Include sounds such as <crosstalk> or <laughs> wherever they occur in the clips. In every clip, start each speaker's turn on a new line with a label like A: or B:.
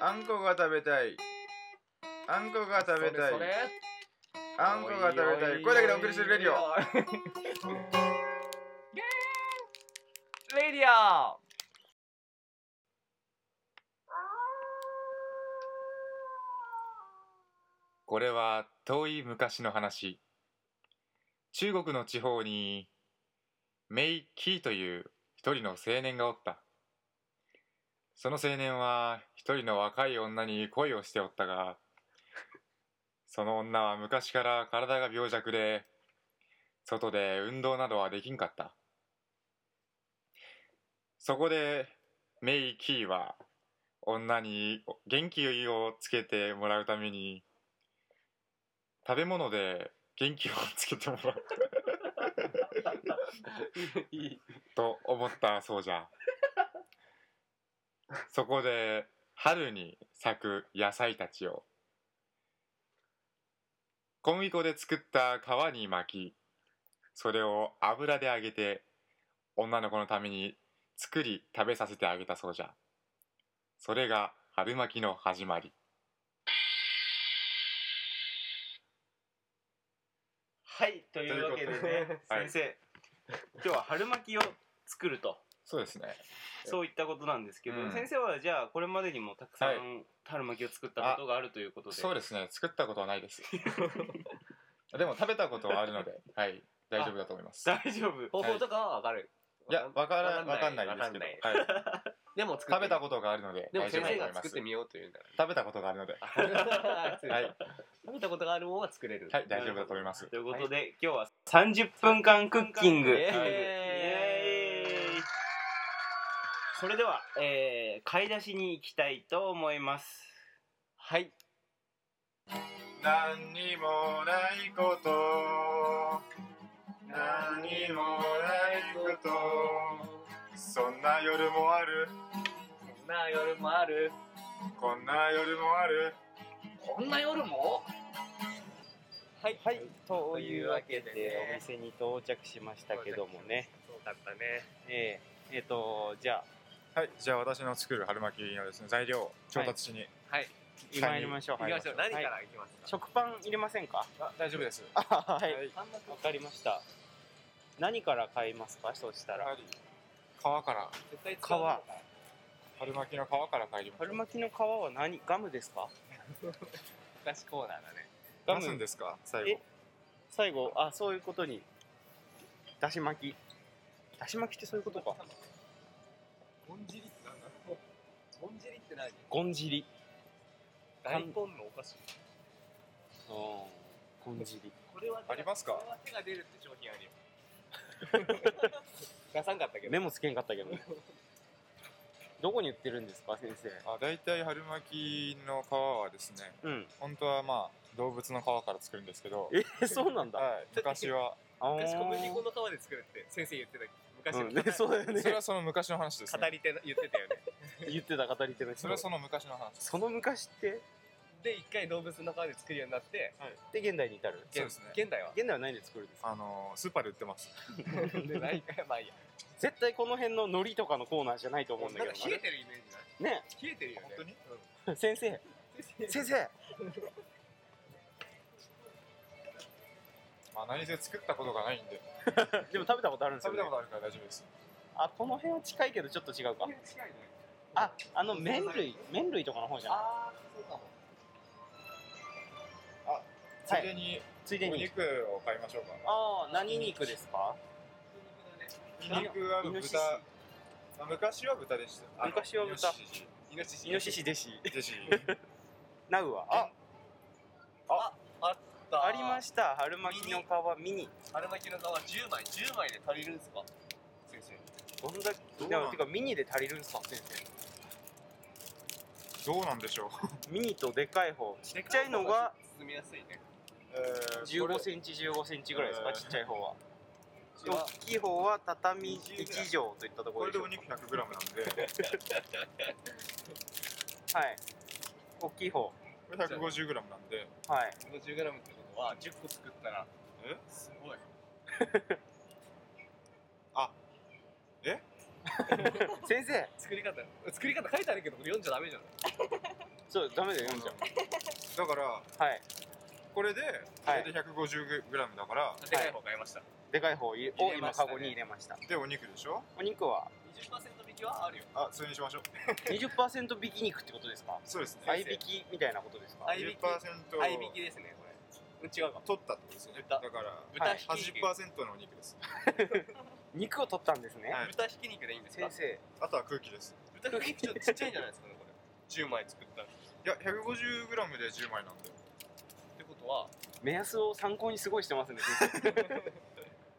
A: あんこが食べたい。あんこが食べたい
B: それ。それ
A: あんこが食べたい。これだけでお送りするレディオ。
B: オ。レディオ。
C: これは遠い昔の話中国の地方にメイ・キーという一人の青年がおったその青年は一人の若い女に恋をしておったがその女は昔から体が病弱で外で運動などはできんかったそこでメイ・キーは女に元気をつけてもらうために食べ物で元気をつけてもらう
B: <laughs> いい。
C: と思ったそうじゃそこで春に咲く野菜たちを小麦粉で作った皮に巻きそれを油で揚げて女の子のために作り食べさせてあげたそうじゃそれが春巻きの始まり
D: はい、というわけでね、
C: ということで
D: <laughs> 先生、今日は春巻きを作ると、
C: そうですね
D: そういったことなんですけど、
C: うん
D: 先生はじゃあこれまでにもたくさ
C: は
D: ん春巻きを作ったことがあるということで、
C: そうですね作ったことはないです <laughs> でも食べたことはあるのではい大丈夫だと思います
D: 大丈夫。
B: 方法とかはわかる。
C: いやわから
B: わ
C: わかんないですけど、はい、
B: でも作って
C: 食べたことがあるので
B: でも
C: 大丈
B: 先
C: 夫だと思い
B: 生が
C: ま
B: 作っ
C: す
B: てみようというんだか
C: 食べたことがあるのでは
B: ら。失礼
C: い、
B: 食べたことがあるものは作れる。
C: はい、大丈夫だと思います
D: ということで、今日は30分間クッキング。
B: イ
D: イ
B: エーイ
D: エーイそれでは、えー買い出しに行きたいと思います。
B: はい。
A: 何にもないこと何にもないことそんな夜もある
B: こんな夜もある。
A: こんな夜もある
B: こんな夜も。はい。
D: はい、とい
B: いうう
D: わ
B: わけ
D: けで
B: でね、
D: お店に到着しましたけどもね。
B: そうだったね。
D: えーえーと、じゃあ、
C: はいじゃあ私の作る春巻きのですね材料を調達しに、
B: はい。
D: 今入りましょう。
C: は
B: 行
C: い
B: きましょう。
C: は
B: 何から行きますか。
D: 食パン入れませんか
C: あ大丈夫です
D: あはい
C: はい
B: 半額
D: わかりました何から買いますかそうした
C: や
D: ら
C: はり皮から
B: 絶対使うのか
C: 春巻きの皮から帰ります
D: 春巻きの皮は何ガムですか
B: お菓子コーナーだね。
C: 出すんですか最後
D: え最後あそういうことにだし巻きだし巻きってそういうことか
B: ゴンジリって何だろう。ゴンジリって何？
D: ゴンじり
B: 大根のお菓子。
D: ゴンじり
B: これは手が
C: ありますか
B: これは手が出るって商品あるよ。
D: <laughs>
B: 出さんかったけど。
D: 目もつけんかったけどねどこに売ってるんですか先生
C: あ大体春巻きの皮はですね
D: うん
C: 本当はまあ動物の皮から作るんですけど、
D: えそうなんだ
C: はい、昔は
D: あー
B: 昔小麦粉の皮で作るって先生言ってたけど
D: う
B: 昔の
D: んね
B: 語り
D: そうだよ
C: それ
D: <laughs> ね
C: はその昔の話です、ね、
B: 語り手の言ってたよね
D: 言ってた語り手の人
C: それはその昔の話
D: その昔って
B: で一回動物の皮で作るようになって
D: で現代に至る
B: 現
C: そうですね
B: 現代
D: <laughs>
B: は
D: 現代は何で作るんですか
C: あのースーパーで売ってます
B: でないまあいいや
D: 絶対この辺の海苔とかのコーナーじゃないと思うんだ
B: なん
D: け
B: か
D: ど
B: 冷えてるイメージない
D: ね
B: 冷えてるよね
C: 本当に
D: 先生
B: うん
D: 先生
C: まあ何せ作ったことがないんで
D: でも食べたことあるんですよ、
C: 食べた
D: ね、
C: ことあるから大丈夫です
D: あこの辺は近いけどちょっと違うか
B: いや近いね
D: ああの麺類麺類とかの方じゃない
B: ああそうかも
C: つ
D: はい
C: いでに
D: ついで
C: お
D: に
C: 肉を買いましょうか、
D: ああ何肉ですか
C: ひき肉は
D: イノ
C: 豚
D: シシ
C: あ昔は豚でしたあの
D: 昔は豚
C: イノシシ
B: イノシシ
D: イノシシ弟子
C: 弟子
D: ナウはあ
B: あった
D: ありました春巻きの皮ミニ
B: 春巻きの皮10枚10枚で足りるんですか先生
D: どんだけ
C: どう
D: で
C: なん
D: もてかミニで足りるんすか先
C: どうなんでし
D: <laughs>
C: ょう、
D: 生ミニとでかい方
B: ちっ
D: ちゃいのが
B: 包みやすいね
C: えーこれ
D: 15センチ15センチぐらいですか
C: えー
D: ちっちゃい方は
B: うわ
D: 大きい方は畳1畳といったとこ
C: こ
D: ろ
C: れ
D: でし
C: で
D: ょ
C: お
D: う
C: 肉 100g なんで
D: かはい大きい方
C: これ 150g なんで
D: はい
B: 5 0グラムってことは10個作ったら
C: え
B: すごい
D: 先生
B: 作り方作り方書いてあるけどこれ読んじゃダメじゃない
D: そう、ダメだよ、読んじゃ
C: だから
D: う。はい。
C: これでこ
D: はい
C: れで 150g だから、
B: でかい方買いました。
D: でかい方を
B: 入れま
D: 今、
B: した
D: カ
B: ね
D: ゴに入れました。
C: でお肉でしょ
D: お肉は
B: 20%引きはあるよ。
C: あそれにしましょう
D: 20%引き肉ってことですか
C: そうです
D: 合
C: ね
D: い引きみたいなことですか
B: 合い
C: 10%
B: びき合い引きですね、これ。うん、違うか。
C: 取ったってことですよねだ
B: 豚
C: から
B: 豚ひき肉。
C: 80%のお肉です
D: 肉を取ったんですね。
C: はい
B: 豚ひき肉でいいんです
D: <laughs> 先
B: か
D: 生。
C: あとは空気です
B: 豚ひき肉ちょっとちっちゃいんじゃないですかね、これ。10枚作ったっ
C: いや 150g で10枚なんで
B: てことは、
D: 目安を参考に <laughs> すごいしてますね、先生。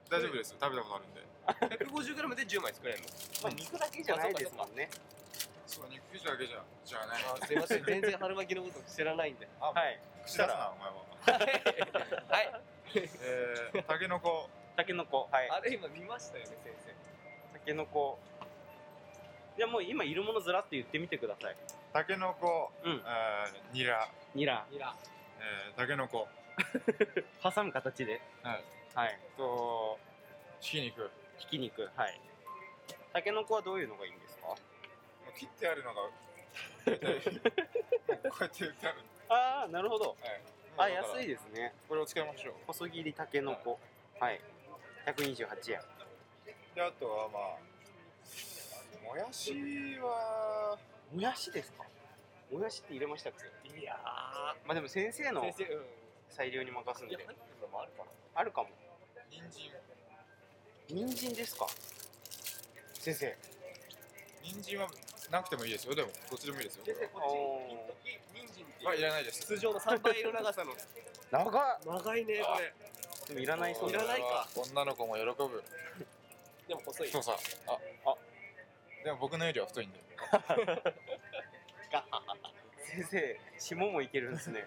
C: 大丈夫です食べたことあるんで
B: 150g で10枚作れるの。
D: まあ、肉だけじゃないですもんね。
C: そう肉だけじゃじゃあね
B: あすいません、全然春巻きのこと知らないんで。
C: あ
D: はい。
C: 口出すなお前は
B: はい。
C: えー、タケノコ
D: タケノコ。はい。
B: あれ今見ましたよね、先生。
D: タケノコ。じゃあもう今いるものずらって言ってみてください。
C: タケノコ、
D: うん
C: えーニラ、
D: ニラ。
B: ニラ。
C: えー、タケノコ
D: 挟む形で。
C: はい。
D: はい。
C: とひき肉
D: ひき肉。はい。タケノコはどういうのがいいんですか
C: もう切ってあるの
B: <laughs>
C: が大体もうこうやって売ってあるんで
D: ああ、なるほど。あ、安
C: い
D: いですね。
C: これを使いましょう
D: 細切りタケノコ。はい。128円。
C: であとはまあもやしは
D: もやしですかもやしって入れましたっけ
B: いや
D: まあでも先生
B: ー。
D: の
B: 先生、うん。
D: 裁量に任すん
B: いや、
D: で
B: 入。ってるのもあるかな。
D: あるかも。
C: 人参
D: 人参ですか先生。
C: 人参はなくてもいいですよでもどっちでもいいですよこ
B: 先
C: れ
B: 生、
C: は
B: こっち、金時、人参って。
C: はいいうらないです
B: 通常の3倍の長さの。
D: 長っ
B: 長いね、これ。
D: でもいらないそう
B: い
D: だ
B: ら。ないか
C: 女の子も喜ぶ
B: でも細い。
C: そうさあ
D: あ
C: でも僕のよりは太いんで
D: 先生、霜もいけるんですね。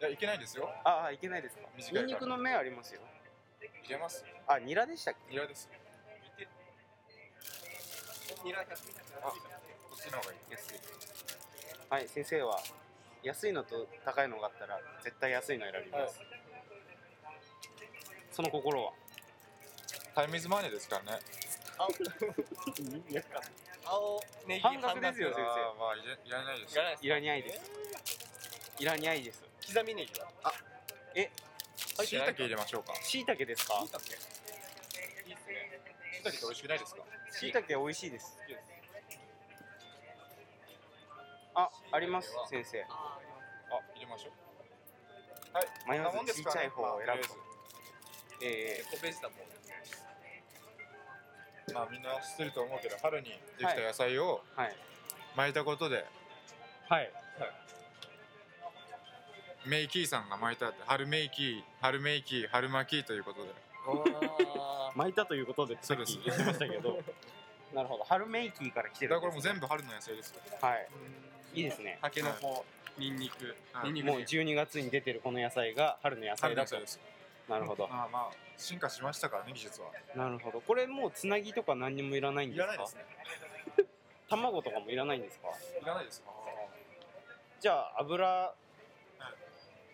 C: いやいけないですよ
D: <laughs> ああ、いけないですか。
C: 短いか
D: ニ
C: ら
D: ンニクの芽ありますよ。
C: いけます
D: あ、ニラでしたっ
C: ニラです
B: ニラ100
C: あこっちの方がいい
D: け安い。はい、先生は安いのと高いのがあったら絶対安いの選びます。その心は
C: タイムイズマネーですからね
B: 青ネギ
D: 半額です
C: あ
D: よ
C: ー
D: 先生
C: まあいらいらないです
B: いらないです
D: いらにゃいです。いらにゃいです。
B: 刻みネギだ
C: しいたけ入れましょうか
D: しいたけですか
B: いいですね
C: しいたけって美味しくないですか
D: しいたけ美味しいです。あ、あります先生。
B: あ
C: あ入れましょう
D: 迷わ
C: なもんで
D: ず
C: す
D: ちい
C: か
D: ちゃ
C: ね
D: い方を選ぶと。
B: ー
D: え
B: 結構ベジタブル
C: まあみんな知ってると思うけど春にできた野菜を
D: えはい。
C: 巻いたことで、
D: はい。
C: メイキーさんが巻いたって春メイキー春メイキー春巻きということで
B: あ
D: 巻いたということで、
C: そうです
D: さっき言ってましたけ
C: <laughs>
D: ど。なるほど。春メイキーから来て
C: だか
D: る
C: らこ
D: んで
C: れも
D: す
C: う全
D: ね
C: 部春の野菜ですよ
D: はい。いいですね。
B: たけのこニンニク
C: はい
B: ニンニク
D: もう12月に出てるこの野菜が春の野菜
C: 春の
D: だ
C: 野
D: と
C: 菜。です
D: なるほど。
C: まあまあ進化しましたからね技術は
D: なるほど。これもうつなぎとか何にもいらないんですか
C: ね
D: 卵とかもいらないんですか
C: いらないです
D: じゃあ油、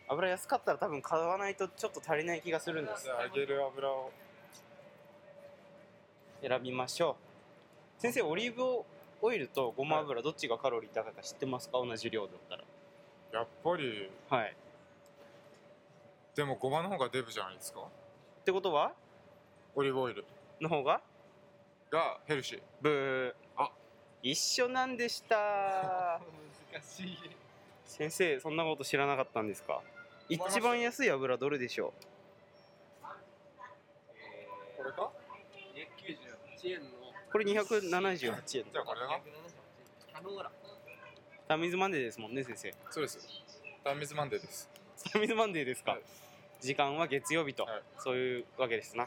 D: 油安かったら多分買わないとちょっと足りない気がするんです。
C: じゃあ揚げる油を
D: 選びましょう。先生、オリーブオイルとごま油どっちがカロリー高いか知ってますか同じ量だったら。
C: やっぱり
D: はい。
C: でもごまの方がデブじゃないですか
D: ってことは
C: オリーブオイル
D: の方が
C: がヘルシー
D: ブー。
C: あ
D: 一緒なん
C: <laughs>
D: でした。
B: 難しい
D: 先生、そんなこと知らなかったんですか一番安い油どれでしょ
C: これか
B: 298円の
D: うこれ278円。
C: じゃあこれが
B: あのほら
D: ダミーズマンデーですもんね、先生。
C: そうですダンミズマンデーです
D: ダミーズマンデーですか、
C: はい
D: 時間は月曜日と、
C: はい
D: そういうわけですな。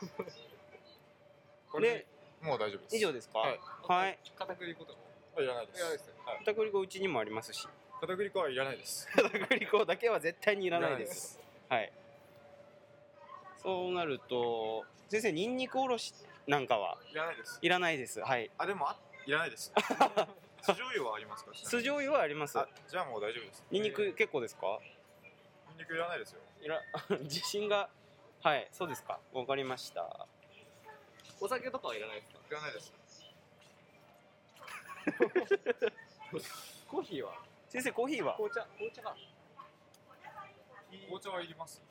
C: こ
D: で
C: れ、もう大丈夫です
D: 以上ですか
C: はい
D: はい。
B: 片栗粉とか
C: あいらないです
B: いらないです
C: はい
D: 片栗粉うちにもありますし、
C: 片栗粉はいらないです
D: 片栗粉だけは絶対にいらないです。
C: す
D: はい。そうなると、先生、ニンニクおろしなんかはい
C: らないです
D: いらないです。はい。
C: あでもあいらないです酢醤油はありますか
D: 酢醤油はあります。
C: あじゃあもう大丈夫です
D: ニンニク結構ですか
C: ニンニクいらないですよ
D: いら、自信が、はい、そうですか。わかりました。
B: お酒とかはいらないですか
C: いらないです
B: コーヒーは
D: 先生コーヒーは
E: 紅茶紅茶が
C: 紅茶はいります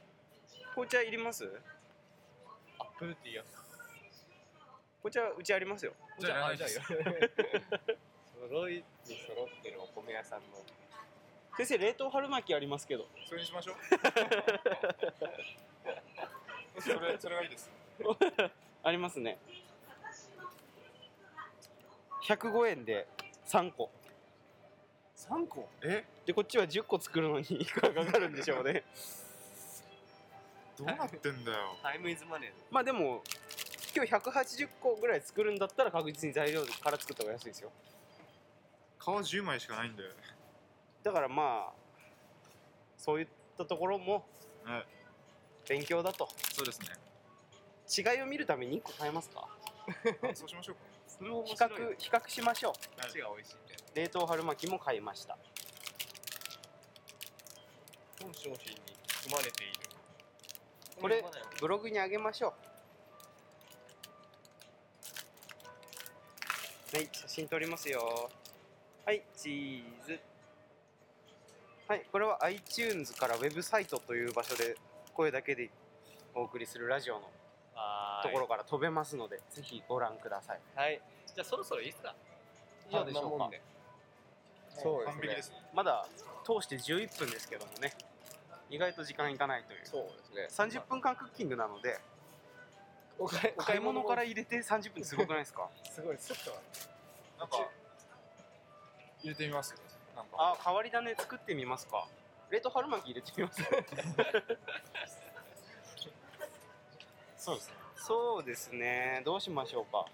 D: 紅茶いります
B: アップルティーや
D: 紅茶うちありますよ
B: じゃあ
C: じゃあ
B: じゃ <laughs> あ揃いに揃ってるお米屋さんの
D: 先生冷凍春巻きありますけど
C: それにしましょうそれそれがいいです
D: ありますね105円で3個
B: 3個
C: え
D: でこっちは10個作るのに <laughs> いくらかかるんでしょう
B: <laughs>
D: ね
C: どうなってんだよ
B: タイムイズマネーだ
D: まあでも今日180個ぐらい作るんだったら確実に材料から作った方が安いですよ
C: 皮10枚しかないんだよね
D: だからまあそういったところも
C: はい
D: 勉強だと
C: そうですね
D: 違いを見るために1個買えますか
C: そうしましょうか
B: それも
D: 比
B: 面
D: 較
B: 白いね
D: 比較しましょう
B: こっちが美味しいね
D: 冷凍春巻きも買いました
B: 本商品に含まれている
D: これ
B: まだよ
D: ブログにあげましょうはい写真撮りますよはいチーズはいこれは iTunes からウェブサイトという場所で声だけでお送りするラジオの
B: は
D: と
B: ーい
D: ころから飛べますので、ぜひご覧ください
B: はいじゃあそろそろいいっすか
D: いやでしょうか
B: こんなもんで
D: そうで
C: 完
D: すね
C: 璧ですね
D: まだ通して11分ですけどもね意外と時間いかないという
B: そうですね
D: 30分間クッキングなので
B: お買い
D: お買い物から入れて30分すごくないですか
B: すごいちょっと
C: なんか入れてみますなんか
D: あ代わり種作ってみますか冷凍春巻き入れてみます
C: そうですね
D: そうですねどうしましょうか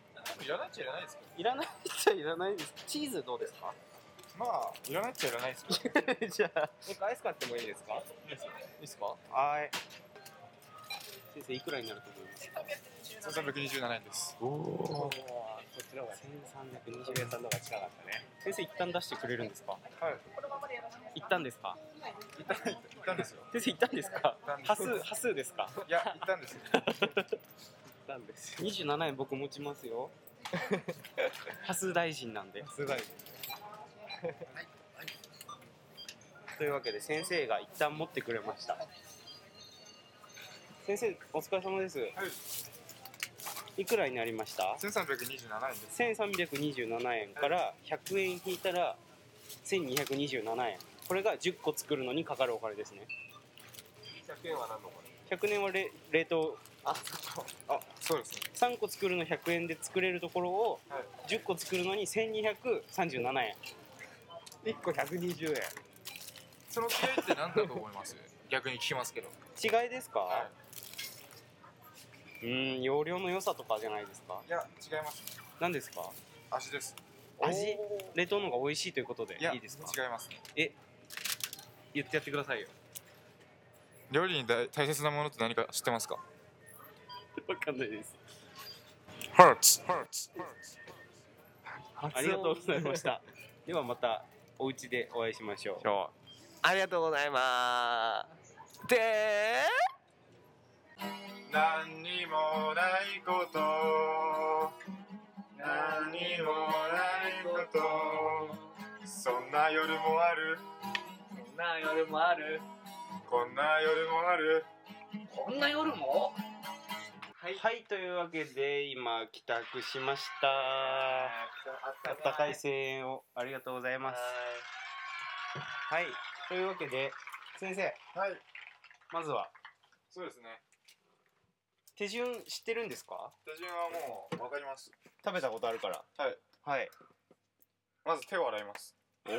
C: いらないっちゃいらないですけど
D: いらないっちゃいらないですチーズどうですか <laughs>
C: まあいらないっちゃいらないですけど
D: じゃ
B: 僕アイス買ってもいいですかいいですか
D: あはい先生いくらになると思いますか
C: 1327円です
B: おおこっちの方がお
D: 1320
B: 米
D: 円
B: 屋さんの方が近かったね
D: 先生一旦出してくれるんですかはい一旦ですか
C: 行ったんですよ
D: 先生一旦ですか
C: 行った
D: 端
C: んです
D: 数端数ですか
C: いや行ったんですよ
B: なんですよ
D: 27円僕持ちますよ <laughs> 端数大臣なんです
B: ごい
D: というわけで先生が一旦持ってくれました先生お疲れ様です、い、くらになりました
C: 1327円です
D: 1327円から100円引いたら1227円これが10個作るのにかかるお金ですね
B: 100円は何のこれ
D: 100年はれ冷凍
B: あそう
C: そうですね
D: 3個作るの100円で作れるところを
B: は
D: 10個作るのに1237円
B: 1個120円
C: その違いって何だと思います <laughs> 逆に聞きますけど
D: 違いですか、うーん容量の良さとかじゃないですか
C: いや違います
D: 何ですか
C: 味です
D: 味冷凍の方が美味しいということで
C: いや
D: いいですか
C: 違います
D: 言ってやってくださいよ
C: 料理に大大切なものって何か知ってますか
D: わかんないです
C: Hearts Hearts
D: ありがとうございま <laughs> したではまたお家でお会いしましょう
F: 今日は
B: ありがとうございますでー
C: 何にもないこと何にもないことそんな夜もある
E: こんな夜もある
C: こんな夜もある
E: こんな夜も
D: はい、というわけで今帰宅しましたあったかい声援をありがとうございますはいというわけで先生
C: はい
D: まずは
C: そうですね
D: 手順知ってるんですか
C: 手順はもう分かります
D: 食べたことあるから
C: はい
D: はい
C: まず手を洗います
D: おお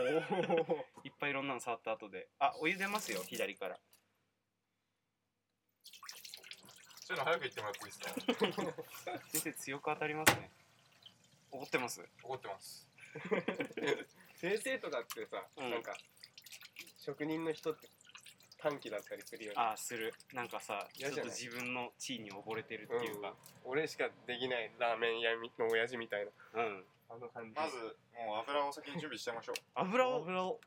D: いっぱいいろんなの触った後であお湯出ますよ左から
C: そういうの早く言ってもらっていいですか
D: 先生強く当たりますね怒ってます
C: 怒ってます
B: 先生とかってさ、
D: うん
B: なんか職人の人って短期だったりするよね
D: ああするなんかさちょ
B: 嫌
D: っ
B: じ
D: と
B: ゃない
D: 自分の地位に溺れてるっていうか
B: 俺しかできないラーメン屋の親父みたいな
D: うん、
B: あの感じ
C: まずもう油を先に準備しちゃいましょう
D: 油を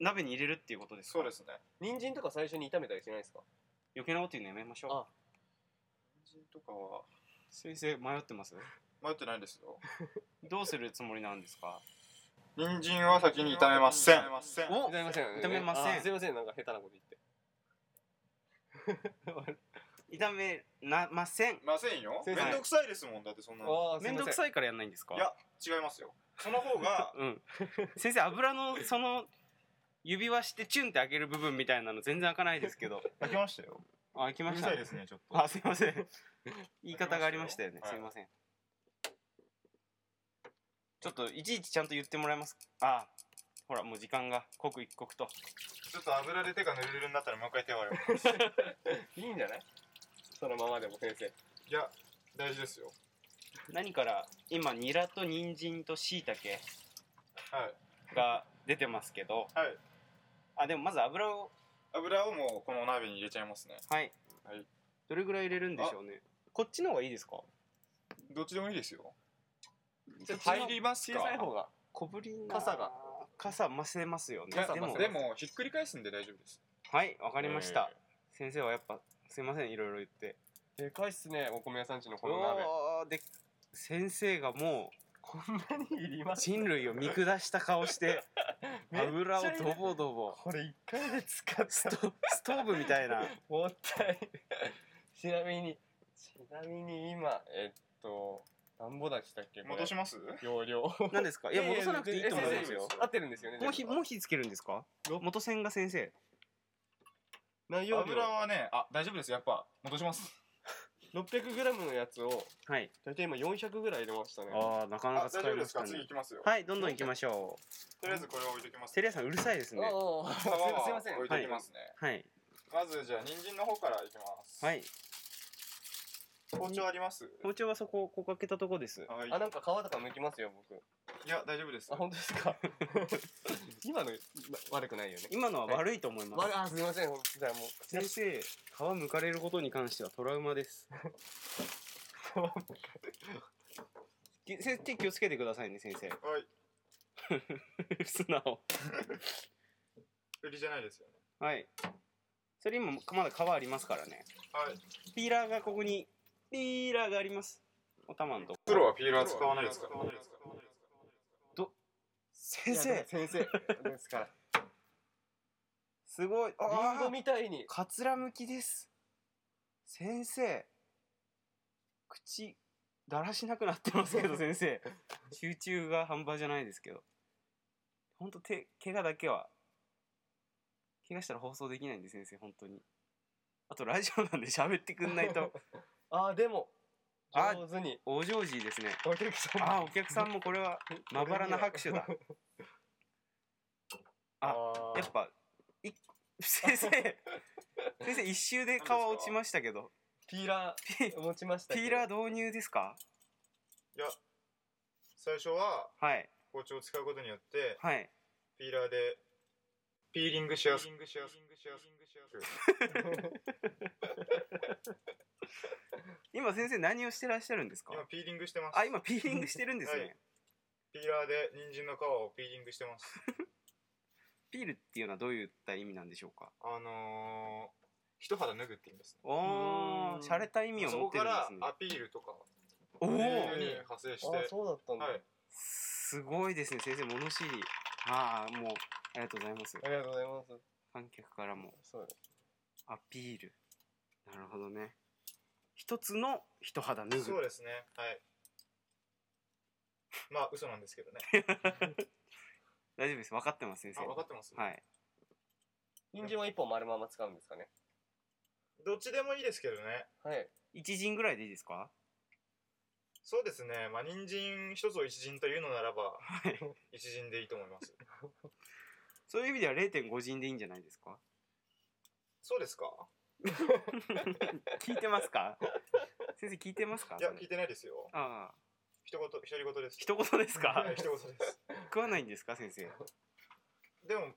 D: 鍋に入れるっていうことですか
C: そうですね
B: 人参とか最初に炒めたりしないですか
D: 余計なこと言うのやめましょう
B: あ
C: 人参とかは
D: 先生迷ってます
C: 迷ってないですよ
D: どうするつもりなんですか
C: 人参は先に炒めません
D: <laughs> お
B: 炒めません
D: 炒めません
B: あすいませんなんか下手なこと言って
D: 炒めなません
C: ませんよめ
B: 先
C: ん
B: 生
C: どくさいですもんだってそんなの
B: あ
D: めんどく
B: い
D: さいからやんないんですか
C: いや違いますよその方が
D: うん先生油のその指輪してチュンって開ける部分みたいなの全然開かないですけど
C: 開きましたよ
D: あ開き
C: う
D: ま
C: る
D: した
C: さいですねちょっと
D: あすいませ
C: <laughs>
D: ん言い方がありましたよね
C: はい
D: すいませんちょっといちいちちゃんと言ってもらえますあほらもう時間が刻一刻と
C: ちょっと油で手がぬるぬるになったらもう一回手を洗います
B: いんじゃないそのままでも先生
C: いや大事ですよ
D: 何から今ニラと人参としいたけ
C: はい
D: が出てますけど
C: はい
D: あでもまず油を
C: 油をもうこのお鍋に入れちゃいますね
D: はい、
C: はい
D: どれぐらい入れるんでしょうねこっちの方がいいですか
C: どっちでもいいですよ
B: ちょっと入りますか
C: 小さい方
B: が
D: 小ぶりな
B: 傘が
D: 傘増せますよね
C: いや
D: でも
C: でもひっくり返すんで大丈夫です
D: はいわかりました、先生はやっぱすいませんいろいろ言って
B: でかいっすねお米屋さんちのこ
D: う
B: の鍋
D: わーで先生がも
B: こんなにいり
D: う
B: ます
D: 人類を見下した顔して
B: めっちゃいる
D: 油をドボドボ
B: これ一回で使っ
D: ストストーブみたいな
B: もったいちなみにちなみに今えっとなんぼだしたっけこれ
C: 戻します
B: 容量
D: 何ですかいや戻さなくていいと思い
B: や
D: ま
B: や
D: すよ
B: 合ってるんですよね
D: もう火もう火つけるんですか元栓が先生
B: 内容量
C: 油はねあ大丈夫ですやっぱ戻します
B: 600g のやつを
D: はい
B: 大体今400ぐらい入れましたね
D: ああなかなか
C: あ
D: 使
C: 大丈
D: い
C: 夫
D: ま
C: で
D: し
C: す
D: た
C: か次
D: ね
C: 行きますよ
D: はいどんどん行きましょ
C: とりあえずこれを置いときま
D: う
C: す
D: テレさんうるさいですね
B: おー
C: 皮は
B: すいません
C: 置いときますね
D: はい
C: まずじゃあ人参の方からいきます
D: はい
C: 包丁あります
D: 包丁はそこここ開けたとこです
C: はい
B: あなんか皮とか剥きますよ僕
C: いや大丈夫です
B: あ本当ですか今のま悪くないよね
D: 今のは悪いと思います
B: 悪あすいません本当だもう
D: 先生皮むかれることに関してはトラウマです <laughs> き先生気をつけてくださいね先生
C: はい
D: <laughs> 素直
C: 売りじゃないですよね
D: はいそれ今まだ皮ありますからね
C: はい
D: ピーラーがここにピーラーがありますお玉のとこ
C: プロはピーラー使わないですから
D: 先
B: いやで
D: 生
B: も先生ですから
D: すごいあ
B: リン
D: ー
B: ゴみたいに
D: かつらむきです先生口だらしなくなってますけど先生集中が半端じゃないですけどほんと手怪我だけは怪我したら放送できないんで先生本当にあとラジオなんで喋ってくんないと
B: あーでも
D: あ
B: 上手に
D: お上手ですね
B: お客さん
D: あーお客さんもこれはまばらな拍手だあ
B: <laughs> あー
D: やっぱい先生先生一周で皮落ちましたけど
B: ピーラー持ちました
D: ピーラー導入ですか
C: 最初は
D: はい
C: 包丁を使うことによって
D: はい
C: ピーラーでピーリングしやすく
D: 今先生何をしてらっしゃるんですか
C: 今ピーリングしてます
D: あ今ピーリングしてるんですね、
C: はいピーラーで人参の皮をピーリングしてます
D: ピールっていうのはどういった意味なんでしょうか
C: あのー、一肌脱ぐって言うんですね
D: お
B: うー
D: ー
B: ん
D: 洒落た意味を
C: そ
D: 持
C: こ
D: ってる
C: か
D: んで
C: らア
D: すね
C: ピールとか
D: お
C: そうい
D: お
C: うのに派生して
B: あーそうだったんだ、
C: はい
D: すごいですね先生物知りああもうありがとうございます
B: ありがとうございます
D: 観客からも
B: そう
D: アピールなるほどね一つの一肌脱
C: そう
D: ぐ
C: ですねはいまあ嘘なんですけ
D: <laughs>
C: どね
D: 大丈夫です分かってます先
C: あ
D: 生
C: 分かってます、
D: はい
B: 人参は一本丸まま使うんですかね
C: どっちでもいいですけどね
B: はい
D: 一陣ぐらいでいいですか
C: そうですねまあ人参一つを一陣というのならば
D: い
C: 一陣でいいと思います
D: そういう意味では0.5陣でいいんじゃないですか
C: そうですか
D: 聞いてま
C: <laughs>
D: すか先生聞いてますか
C: いや
D: それ
C: 聞いてないですよ
D: ああ
C: 一言一人言です
D: 一言ですか
C: はい一言です
D: 食わないんですか先生
C: でも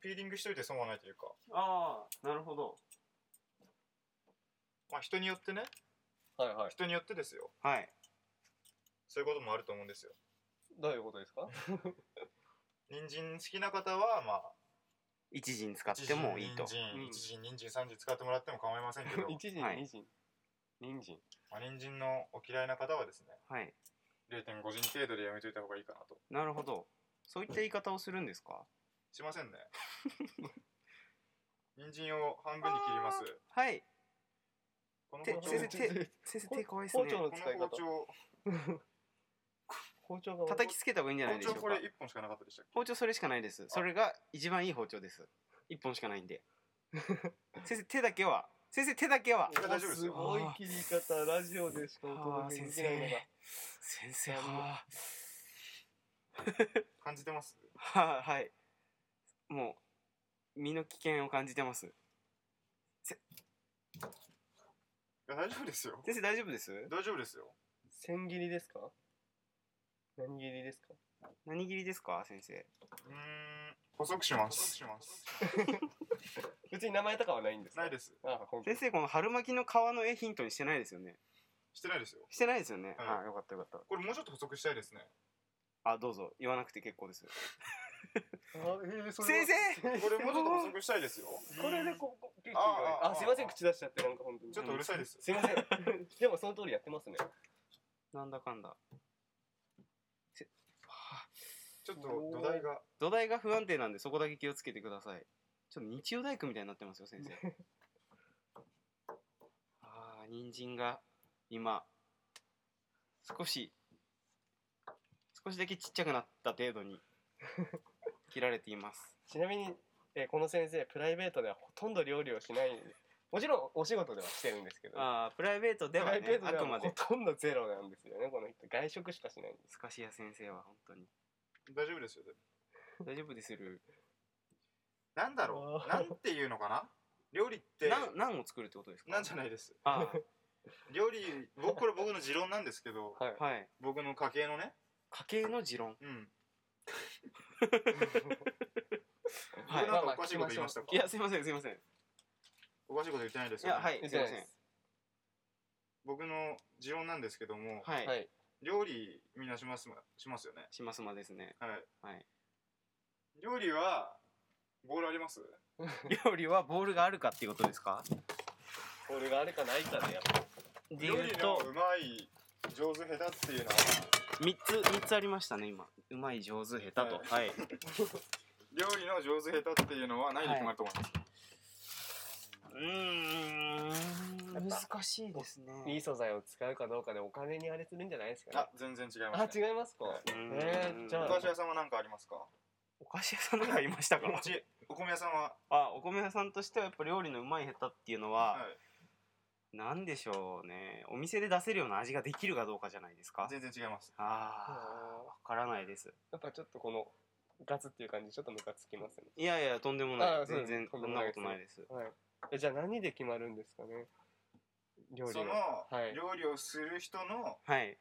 C: ピーリングしといて損はないというか
D: ああなるほど
C: まあ人によってね
B: はいはい
C: 人によってですよ
D: はい
C: そういうこともあると思うんですよ
B: どういうことですか
C: 人参好きな方はまあ
D: 一陣使ってもいいと
C: 一陣人
D: うん
C: 参一陣人参三人使ってもらっても構いませんけ
D: <laughs>
C: ど
B: 一人
D: はい
B: 二人人参
C: まあ人参のお嫌いな方はですね
D: はい
C: 0.5人程度でやめといた方がいいかなと
D: なるほどそういった言い方をするんですか
C: しません
D: <laughs>
C: ね人参を半分に切ります
D: はい
C: この
D: 手
C: 包丁
D: 先生手先生手かわいいですね
B: 包丁の
C: この包丁
B: 包丁が
D: 叩きつけた方がいいんじゃないでしょ
C: 包丁
D: う
C: こ
D: か
C: れ一本しかなかったでしたっけ
D: 包丁それしかないですそれが一番いい包丁です一本しかないんで先生手だけは先生手だけは
C: これ大丈夫です
B: す
C: よ
B: ごい切り方ラジオでしかお
D: あ
B: 届け
D: 先
B: でき
D: 生
B: ないのが
D: 先生は
C: 感じてます
D: ははいもう身の危険を感じてます
C: いや大丈夫ですよ
D: 先生大丈夫です
C: 大丈夫ですよ
B: 千切りですか何切りですか
D: 何切りですか先生
C: うーん細くします細くします
B: 別に名前とかはないんですか
C: ない
B: す
C: です
B: あ今回
D: 先生この春巻きの皮の絵ヒントにしてないですよね
C: してないですよ
D: してないですよね、
C: はい
D: あよかったよかっ
C: これもうちょっと補足したいですね
D: たあどうぞ言わなくて結構です
B: あえーそれは
D: 先生
C: これもうちょっと補足したいですよ
B: これで
C: うーん
B: こうこうピュッて言うから
C: あああ
B: あすいません口出しちゃってなんか本当に
C: ちょっとうるさいです
B: すいません <laughs> でもその通りやってますね
D: なんだかんだせはあ
C: ちょっと土台が
D: 土台が不安定なんでそこだけ気をつけてくださいちょっと日曜大工みたいになってますよ先生ああ人参が今少し少しだけちっちゃくなった程度に切られています
B: ちなみに、えーこの先生プライベートではほとんど料理をしないもちろんお仕事ではしてるんですけど
D: ああプライベートではね
B: プライベートで
D: あく
B: は
D: ま
B: ほ
D: で
B: とんどゼロなんですよねこの人外食しかしないんです
D: スカシア先生は本当に
C: 大丈夫ですよ
D: 大丈夫でする
C: なんだろ
B: あ
C: う
B: ー
C: なんていうのかな料理って
D: ナンナンを作るってことですか
C: なんじゃないです
D: あ
C: 料理僕これ僕の持論なんですけど
B: はい <laughs>
D: あ <laughs> はい
C: 僕の家系のね
D: 家計の持論
C: うん
D: はい
C: 僕なんかおかしいこと言いましたか
D: いやすいませんすいません
C: おかしいこと言ってないです
D: い
C: よ
D: や
C: ね
D: はいすいません
C: 僕の持論なんですけども
D: はい、
B: はい
C: 料理みんなしますしますよね
D: しますまですね
C: はい
D: はい
C: 料理はボールあります
D: 料理はボールがあるかっていうことですか
B: これがあれかないかでやっぱ
D: で言
C: 料
D: う
C: 理の
D: と
C: うまい上手下手っていうのは
D: 3つ三つありましたね今うまい上手下手とはい、
C: 料理の上手下手っていうのは何で決まると思います
D: うーん難しいです
B: いい
D: ね
B: 素材を使うかどうかでお金にあれするんじゃないですかね
C: あ全然違い
B: あ
C: ますね
B: 違いますか
C: はい
D: うん
B: えーじゃ
C: お
B: あ
C: 菓子屋さんは何かありますか
D: お菓子屋さんなんかいました
C: お
D: か
C: 餅お米屋さんは
D: あお米屋さんとしてはやっぱ料理のうまい下手っていうのは、
C: はい
D: なんでしょうねお店で出せるような味ができるかどうかじゃないですか
C: 全然違います
D: ああわからないです
B: やっぱちょっとこのガツっていう感じちょっとムカつきますね
D: いやいやとんでも
B: あ
D: ない
B: ーそうで
D: 全
B: す
D: 然
B: と
D: そ
B: んで
D: ん
B: も
D: な
B: ないで
D: こ
B: す
D: とないです
B: はいえじゃあ何で決まるんですかね料理
C: その
B: がはい
C: 料理をする人の
D: はい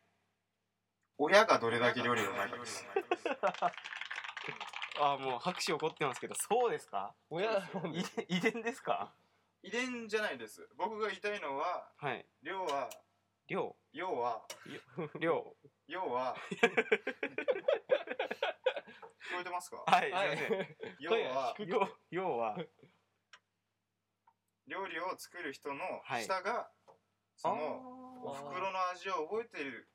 C: 親がどれだけ料理がうまいかです
D: あーもう拍手起こってますけどそうですか
B: 親なん
D: 遺
B: で
D: 伝遺伝ですか
C: 遺伝じゃないです僕が言いたいのは
D: はい
C: 量は
D: 量
C: 要は
D: 量
C: 要は聞こえてますか
D: はいすいま
B: はい
D: せん
B: <laughs>
C: 要は
B: 低く
D: 量量は
C: 料理を作る人の
D: はい
C: 舌がそのお
B: ー
C: 袋の味を覚えている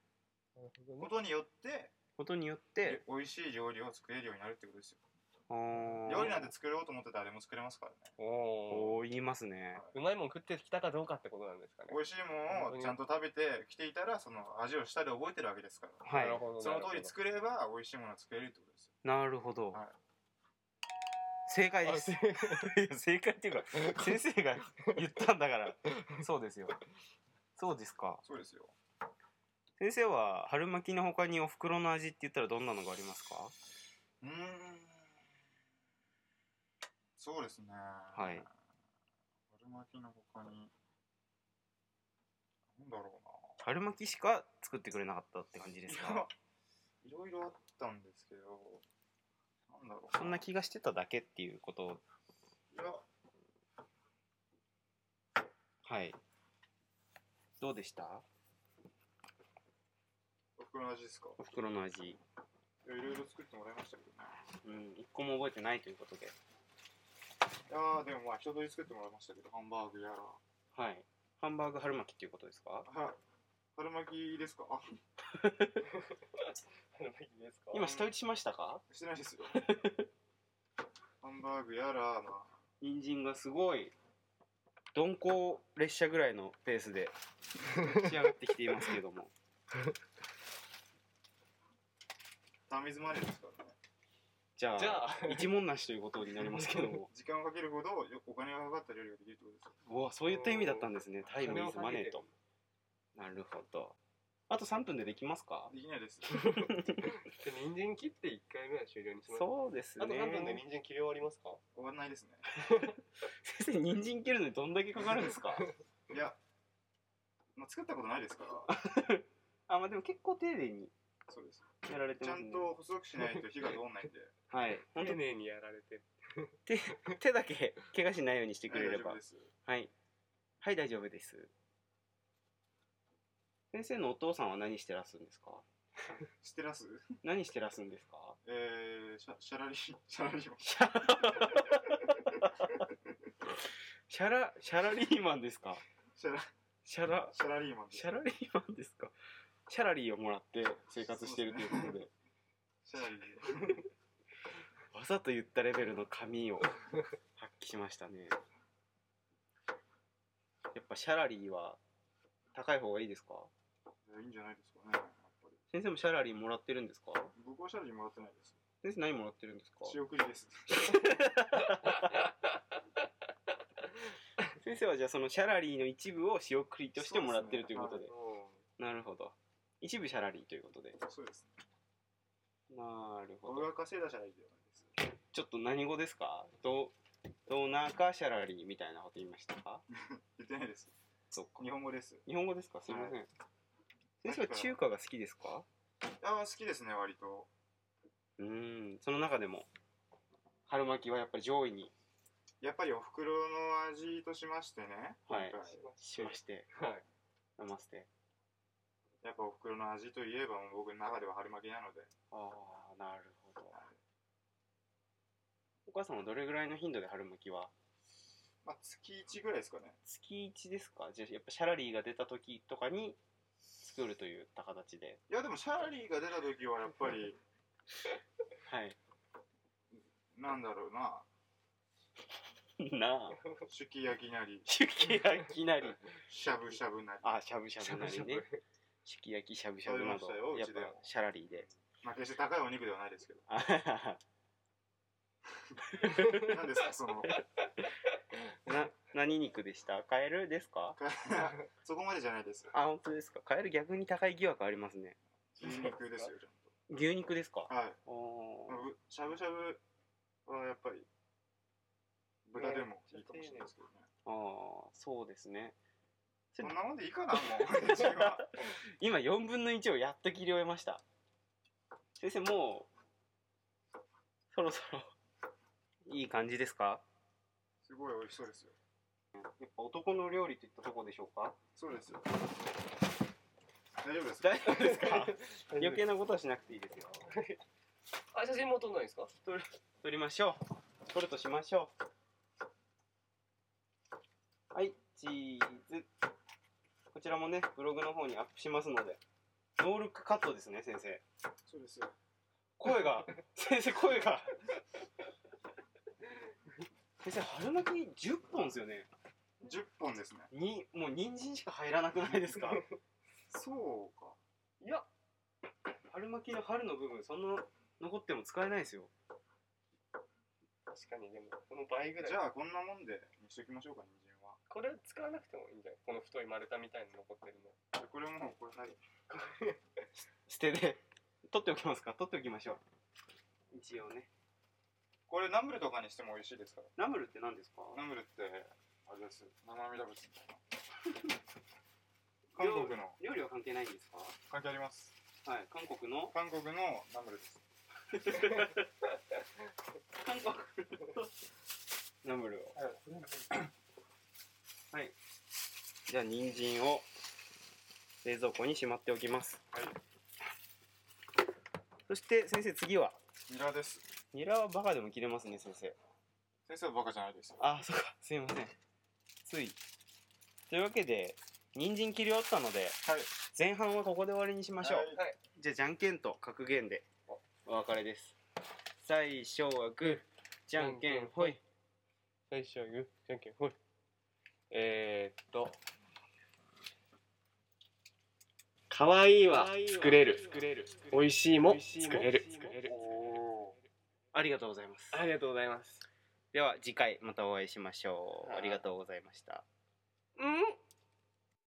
B: なるほど
C: こ
B: ね
C: とによって
D: ことによって
C: 美味しい料理を作れるようになるってことですよ料
D: 料
C: 理なんて作ろうと思って誰も作れますからね
B: おー
D: おー言いますね
B: うまいもん食ってきたかどうかってことなんですかね
C: 美味しいものをちゃんと食べてきていたらその味を舌で覚えてるわけですから
D: は
B: ないるほど
C: その通り
B: く
C: 作れば美味しいものは作れるってことですよ
D: なるほど
C: はい
D: 正解ですいや <laughs> 正解っていうか先生が言ったんだからそうですよそうですか
C: そうですよ
D: 先生は春巻きの他にお袋の味って言ったらどんなのがありますか
C: うーんそうですね
D: は
C: はい春巻きの他になんだろう
D: 春巻きしか作ってくれなかったって感じです
C: な <laughs>
D: か
C: いろいろあったんですけどなんだろう
D: そんな気がしてただけっていうこと
C: いや
D: はいどうでした
C: おふくろの味ですか
D: お袋の味
C: いやいろいろ作ってもらいましたけどね
D: うん一個も覚えてないということで
C: いやーでもまあ一通り作ってもらいましたけどハンバーグやら
D: はいハンバーグ春巻きっていうことですか
C: は春巻きですかあ
B: <laughs> ですか
D: 今、下打ちしましたか
C: してないです
D: <laughs>
C: よハンバーグやらまあ
D: 人参がすごい鈍行列車ぐらいのペースで仕上がってきていますけども
C: タミズマネーですからね
D: じゃあ
E: じゃあ、
D: 一文なしということになりますけ
C: <laughs>
D: ども
C: 時間をかけるほどよお金がかかった料理ができるってことですよ
D: うわそういった意味だったんですねタイムイズマ
B: <laughs>
D: ネーと
E: お
D: なるほどあと3分でできますか
C: できないです。
B: で人参切って1回目は終了にします
D: そうですね
B: あと何分で人参切り終わりますか
C: 終わんないですね。
D: 先生人参切るのにどんだけかかるんですか
C: いや、まあ、作ったことないですから、
D: あまあでも結構丁寧に
C: そうです。
D: やられて
C: ち
D: ま
C: ゃ
D: すね
C: んと細くしないと火が通んないんで、
D: はい
B: 丁
D: 本当
B: 寧にやられてる
D: 手だけ怪我しないようにしてくれ
C: 大
D: れ
C: 丈
D: ば
C: 夫です。
D: はい。はい、大丈夫です。先生のお父さんは何してらっすんですか
C: ステラス、
D: 何してらっすんですか
C: えー、 <laughs> シャシャラリ、シャラリオン。
D: シャ <laughs> シャラ、シャラリーマンですか
C: シャラ、
D: シャラ、
C: シャラリーマンで。
D: シャラリーマンですかシャラリーをもらって生活してるということで、
C: シャラリー。
D: わざと言ったレベルの髪を発揮しましたね。やっぱシャラリーは高い方がいいですか
C: いやいいんじゃないですかね。やっぱり
D: 先生もシャラリーもらってるんですか
C: 僕はシャラリーもらってないです。
D: 先生何もらってるんですか
C: 仕送りです。
D: 先生はじゃあそのシャラリーの一部を仕送りとしてもらってるということで
C: そう
D: なるほど一部シャラリーということで
C: そう
D: <laughs>
C: です。
D: なるほ
C: 僕
D: ど
C: が稼いだシャラリーではないです。
D: ちょっと何語ですかどうどうなかシャラリーみたいなこと言いましたか
C: 言ってないです。
D: そっか
C: 日本語です。
D: 日本語ですかすいません、先生は中華が好きですか
C: ああ、好きですね、割と。
D: うーんその中でも春巻きはやっぱり上位に
C: やっぱりお袋の味としましてね、
D: はい
C: 今回
D: しまして
B: はい
D: ナマステ
C: やっぱおふくろの味といえばもう僕の中では春巻きなので
D: ああなるほどお母さんはどれぐらいの頻度で春巻きは
C: まあ月1ぐらいですかね
D: 月1ですかじゃあやっぱシャラリーが出た時とかに作るといった形で
C: いやでもシャラリーが出た時はやっぱり
D: はい
C: なんだろうな
D: <laughs> なあ
C: 手記焼きなり
D: 手記焼きなり
C: しゃぶしゃぶなり
D: あしゃぶしゃぶなり
B: しゃぶ
D: ね手記焼きしゃぶしゃぶなど
C: 食べましたよう
D: やっ
C: ちでは
D: ぱシャラリーで <laughs>
C: まあ決して高いお肉ではないですけど
D: あはは
C: なんですかその <laughs>
D: はな何肉でしたカエルですか
C: そこまでじゃないです
D: あ本当ですかカエル逆に高い疑惑ありますね
C: 牛肉ですよち
D: 牛肉ですか
C: ゃんとはい
D: おー
C: まあぶしゃぶしゃぶはやっぱり豚でもいいかもしれないですけどね
D: あーそうですね
C: そんなもんでいいかなも <laughs> ううちは
D: 今4分の1をやっと切り終えました先生もうそろそろいい感じですか
C: すごい美味しそうですよ
D: やっぱ男の料理といったとこでしょうか
C: そうですよ大丈夫ですか
D: 大丈夫ですか <laughs> 余計なことはしなくていいですよ
B: あ写真も撮んないんですか
D: 取りましょう取るとしましょうはいチーズこちらもねブログの方にアップしますのでノールックカットですね先生
C: そうですよ
D: 声が <laughs> 先生声が先生春巻き10本ですよね
C: 10本ですね
D: にもう人参しか入らなくないです <laughs> か
C: そうか
B: いや
D: 春巻きの春の部分そんな残っても使えないですよ
B: 確かにでもこの倍ぐらい
C: じゃあこんなもんでにしときましょうか人参は
B: これ使わなくてもいいんじゃないこの太い丸太みたいなの残ってるの
C: じゃあこれもうこれない
D: 捨てで取っておきますか取っておきましょう一応ね
C: これナムルとかにしても美味しいですから
D: ナムルって何ですか
C: ナムルってあれです生身だぶつ韓国の
D: 料理は関係ないんですか
C: 関係あります
D: はい韓国の
C: 韓国のナムルです
D: 韓国のナムルをはいじゃあ人参を冷蔵庫にしまっておきます
C: はい
D: そして先生次は
C: ニラです
D: ニラはバカでも切れますね先生
C: 先生はバカじゃないですよ
D: あ、そうか、すいません。つい。というわけで、人参切り終わったので、
C: はい
D: 前半はここで終わりにしましょう、
C: はい
B: はい
D: じゃあじゃんけんと格言でお別れです最初はグーじゃんけんほい
B: 最初はグーじゃんけんほいえー、っと
G: かわいい
B: は
G: は
B: 作
G: 作
B: れ
G: れ
B: る
G: る美味しいも作れる
D: ありがとうございます
G: ありがとうございます
D: では次回またお会いしましょう、
G: はい
D: ありがとうございました
G: うん